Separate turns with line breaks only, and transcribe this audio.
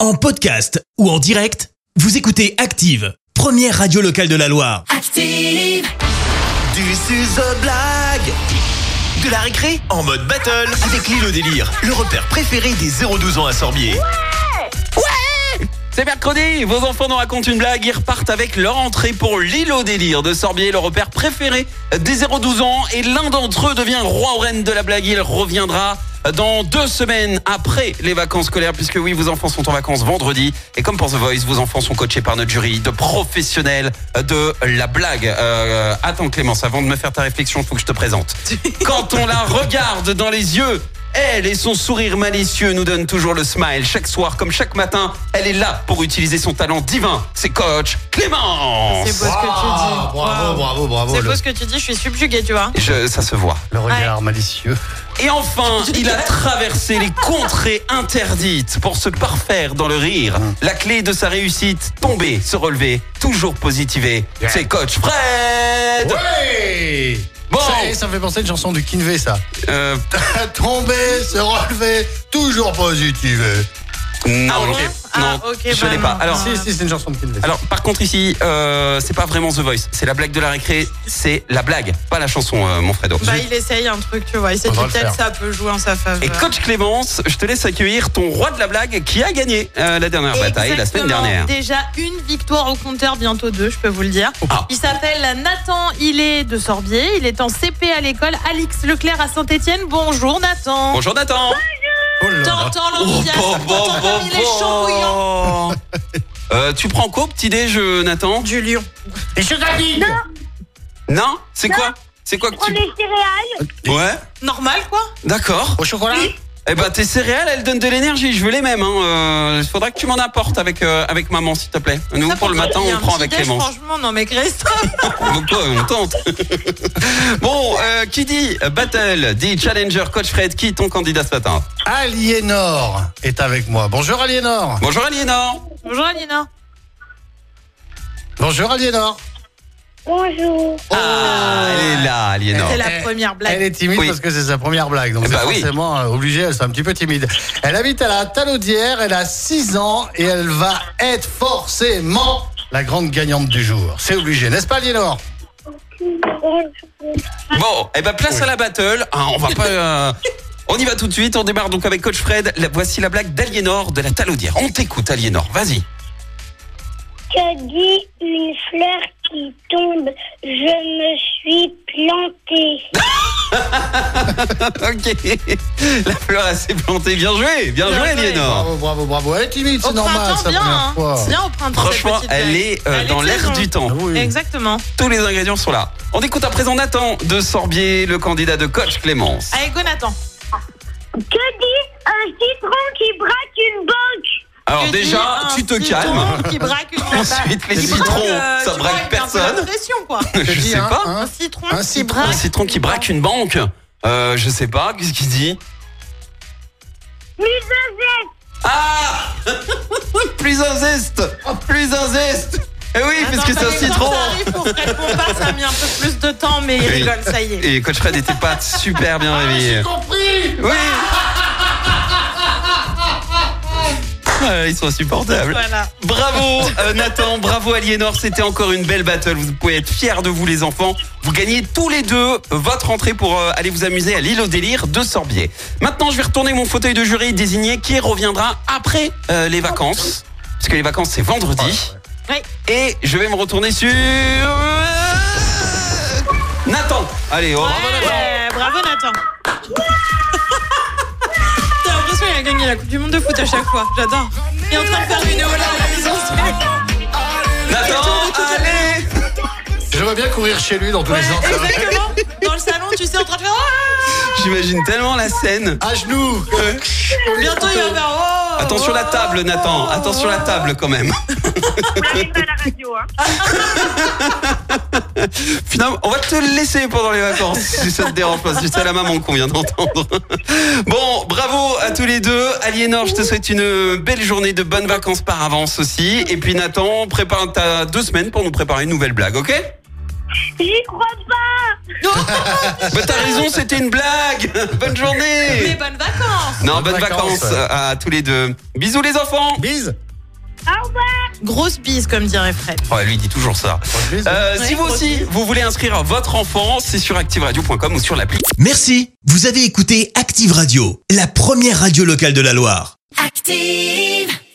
En podcast ou en direct, vous écoutez Active, première radio locale de la Loire.
Active,
Du suzo blague De la récré en mode battle avec Lilo Délire, le repère préféré des 0-12 ans à Sorbier.
C'est mercredi, vos enfants nous racontent une blague, ils repartent avec leur entrée pour l'île au délire de Sorbier, le repère préféré des 0-12 ans, et l'un d'entre eux devient roi ou reine de la blague, il reviendra dans deux semaines après les vacances scolaires, puisque oui, vos enfants sont en vacances vendredi, et comme pour The Voice, vos enfants sont coachés par notre jury de professionnels de la blague. Euh, attends Clémence, avant de me faire ta réflexion, faut que je te présente. Quand on la regarde dans les yeux, elle et son sourire malicieux nous donnent toujours le smile. Chaque soir, comme chaque matin, elle est là pour utiliser son talent divin. C'est coach Clémence.
C'est beau ce que tu dis. Wow.
bravo, bravo.
C'est beau ce que tu dis, je suis subjuguée, tu vois.
Je- ça se voit.
le regard malicieux.
Et enfin, il a traversé les contrées interdites pour se parfaire dans le rire. La clé de sa réussite, tomber, se relever, toujours positiver. C'est coach Fred.
Ouais
Bon.
ça, ça me fait penser à une chanson du Kinvé, ça.
Euh,
Tomber, se relever, toujours positivé.
non,
ouais
non,
Ah, ok,
je
bah
l'ai pas.
non.
Alors,
Si, si, c'est une chanson de Kinvé.
Alors, par contre, ici, euh, c'est pas vraiment The Voice. C'est la blague de la récré. C'est la blague, pas la chanson, euh, mon Fredo.
Bah, il essaye un truc, tu vois. Il s'est dit
Faudra le
peut-être
faire.
ça peut jouer en sa faveur.
Et coach Clémence, je te laisse accueillir ton roi de la blague qui a gagné euh, la dernière bataille la semaine
Exactement.
dernière.
Déjà une victoire au compteur, bientôt deux, je peux vous le dire.
Ah.
Il s'appelle Nathan, il est de Sorbier, il est en CP à l'école Alix Leclerc à Saint-Etienne. Bonjour Nathan.
Bonjour Nathan.
Oh là là.
T'entends l'enthousiasme,
Oh, bon,
t'entends
bon,
comme il est chaud bouillant.
bon, bon. Euh, tu prends quoi au petit déj, euh, Nathan
Du lion.
Non C'est
Bah,
quoi C'est quoi que
prends
tu...
des céréales.
Ouais,
Normal, quoi
d'accord.
Au chocolat
Eh ben, tes céréales, elles donnent de l'énergie. Je veux les mêmes. hein. Euh, Il faudra que tu m'en apportes avec, euh, avec maman, s'il te plaît. Nous,
Ça,
pour le
contre,
matin,
il y a
on
un
prend
petit
avec
déj,
Clémence.
Franchement, non, mais Christophe.
Donc toi, on tente. bon, euh, qui dit battle, dit challenger, coach Fred, qui est ton candidat ce matin
Aliénor est avec moi. Bonjour Aliénor.
Bonjour Aliénor.
Bonjour Alina.
Bonjour Aliénor.
Bonjour.
Ah, elle est là, Aliénor.
C'est
Eh,
la première blague.
Elle est timide
Oui.
parce que c'est sa première blague. Donc
Eh
c'est
bah oui.
forcément euh, obligé, elle soit un petit peu timide. Elle habite à la Talaudière, elle a 6 ans et elle va être forcément la grande gagnante du jour. C'est obligé, n'est-ce pas Aliénor
Bonjour.
Bon, eh ben place à la battle. Ah, on va pas. euh, On y va tout de suite. On démarre donc avec coach Fred. La- voici la blague d'Aliénor de la Talaudière. On t'écoute, Aliénor. Vas-y.
Que dit une fleur qui tombe Je me suis plantée.
ok. La fleur elle s'est plantée. Bien joué,
Bien
bien joué,
joué.
Aliénor.
Bravo, bravo, bravo. Elle est timide,
Au
c'est normal,
printemps,
sa
bien,
première
hein.
fois.
C'est bien au printemps.
Franchement,
cette petite
elle
blague.
est euh,
Elle est
dans l'air
saison.
du temps.
Ah oui.
Exactement.
Tous les ingrédients sont là. On écoute à présent Nathan de Sorbier, le candidat de coach Clémence.
Allez, go Nathan.
Que dit un citron qui braque une banque
Alors
Que hein,
déjà,
dit un
tu te
citron
calmes.
Qui braque une
Ensuite, les
Qui braque,
citrons,
euh,
ça
tu vois, il y a
braque
un peu
personne.
la pression, quoi.
Je
Dis,
sais
hein,
pas.
hein.
Un citron
Un
qui
citron.
braque.
Un citron qui braque une banque. Euh, je sais pas, qu'est-ce qu'il dit
Plus un zeste.
Ah Plus un zeste Plus un zeste Eh oui, parce que c'est
Attends,
un
ça dépend,
citron
Ça arrive pour Fred Pompard, ça a mis un peu plus de temps, mais il
Oui.
rigole, ça y est.
Et Coach Fred était pas super bien réveillé.
compris
Oui Ah, Ils sont insupportables.
Voilà.
Bravo euh, Nathan, bravo Aliénor, c'était encore une belle battle. Vous pouvez être fiers de vous les enfants. Vous gagnez tous les deux votre entrée pour euh, aller vous amuser à l'île au délire de Sorbier. Maintenant, je vais retourner mon fauteuil de jury désigné qui reviendra après euh, les vacances. Parce que les vacances, c'est vendredi.
Ouais.
Et je vais me retourner sur... euh, Nathan Allez, oh,
Ouais, bravo Nathan. T'as l'impression qu'il a gagné la Coupe du Monde de foot à chaque fois. J'adore. Il est en train de faire une ola à la maison.
Nathan, allez
Je veux bien courir chez lui dans tous les sens.
Exactement. Dans le salon, tu sais, en train de faire. oh,
J'imagine tellement la scène.
À genoux
Ah Bientôt, il va faire. Oh,
Attends sur la table, Nathan. Attends sur la table quand même.
hein.
Finalement, on va te le laisser pendant les vacances, si ça te dérange pas. C'est juste à la maman qu'on vient d'entendre. Bon, bravo à tous les deux. Aliénor, je te souhaite une belle journée, de bonnes vacances par avance aussi. Et puis Nathan, prépare, t'as deux semaines pour nous préparer une nouvelle blague, ok
J'y crois pas.
Bah t'as raison, c'était une blague. Bonne
Mais
journée.
bonnes vacances
Non,
Bonnes
bonnes
vacances.
vacances à tous les deux. Bisous les enfants.
Bise.
Au revoir.
Grosse bise, comme dirait Fred.
Oh, lui il dit toujours ça.
Bise.
Euh,
Ouais,
si vous aussi vous voulez inscrire votre enfant, c'est sur activeradio.com ou sur l'appli.
Merci. Vous avez écouté Active Radio, la première radio locale de la Loire.
Active.